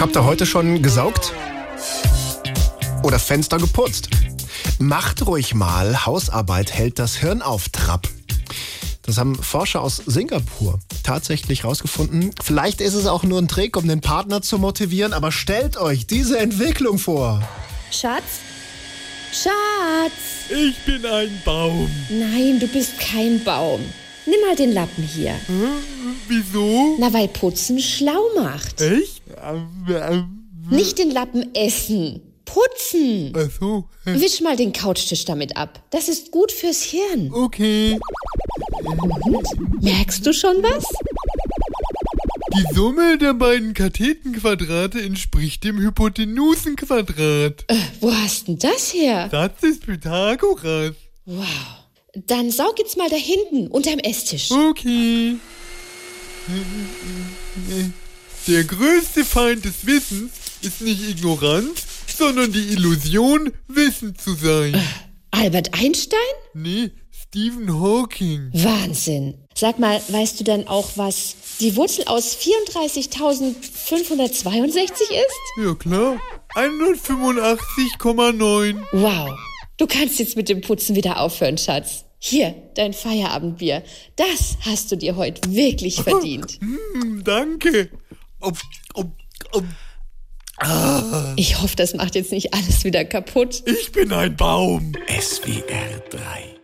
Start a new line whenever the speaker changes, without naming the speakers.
Habt ihr heute schon gesaugt? Oder Fenster geputzt? Macht ruhig mal, Hausarbeit hält das Hirn auf Trab. Das haben Forscher aus Singapur tatsächlich rausgefunden. Vielleicht ist es auch nur ein Trick, um den Partner zu motivieren, aber stellt euch diese Entwicklung vor.
Schatz? Schatz!
Ich bin ein Baum.
Nein, du bist kein Baum. Nimm mal den Lappen hier.
Wieso?
Na, weil Putzen schlau macht.
Echt? Ähm, ähm,
Nicht den Lappen essen. Putzen!
Ach so.
Wisch mal den Couchtisch damit ab. Das ist gut fürs Hirn.
Okay.
Und? Merkst du schon was?
Die Summe der beiden Kathetenquadrate entspricht dem Hypotenusenquadrat.
Wo hast denn das her?
Das ist Pythagoras.
Wow. Dann saug jetzt mal da hinten unterm Esstisch.
Okay. Der größte Feind des Wissens ist nicht Ignoranz, sondern die Illusion, wissend zu sein.
Albert Einstein?
Nee, Stephen Hawking.
Wahnsinn. Sag mal, weißt du dann auch, was die Wurzel aus 34.562 ist?
Ja klar. 185,9.
Wow. Du kannst jetzt mit dem Putzen wieder aufhören, Schatz. Hier, dein Feierabendbier. Das hast du dir heute wirklich verdient.
Hm, danke. Ob, ob, ob,
Ich hoffe, das macht jetzt nicht alles wieder kaputt.
ich bin ein Baum.
SWR 3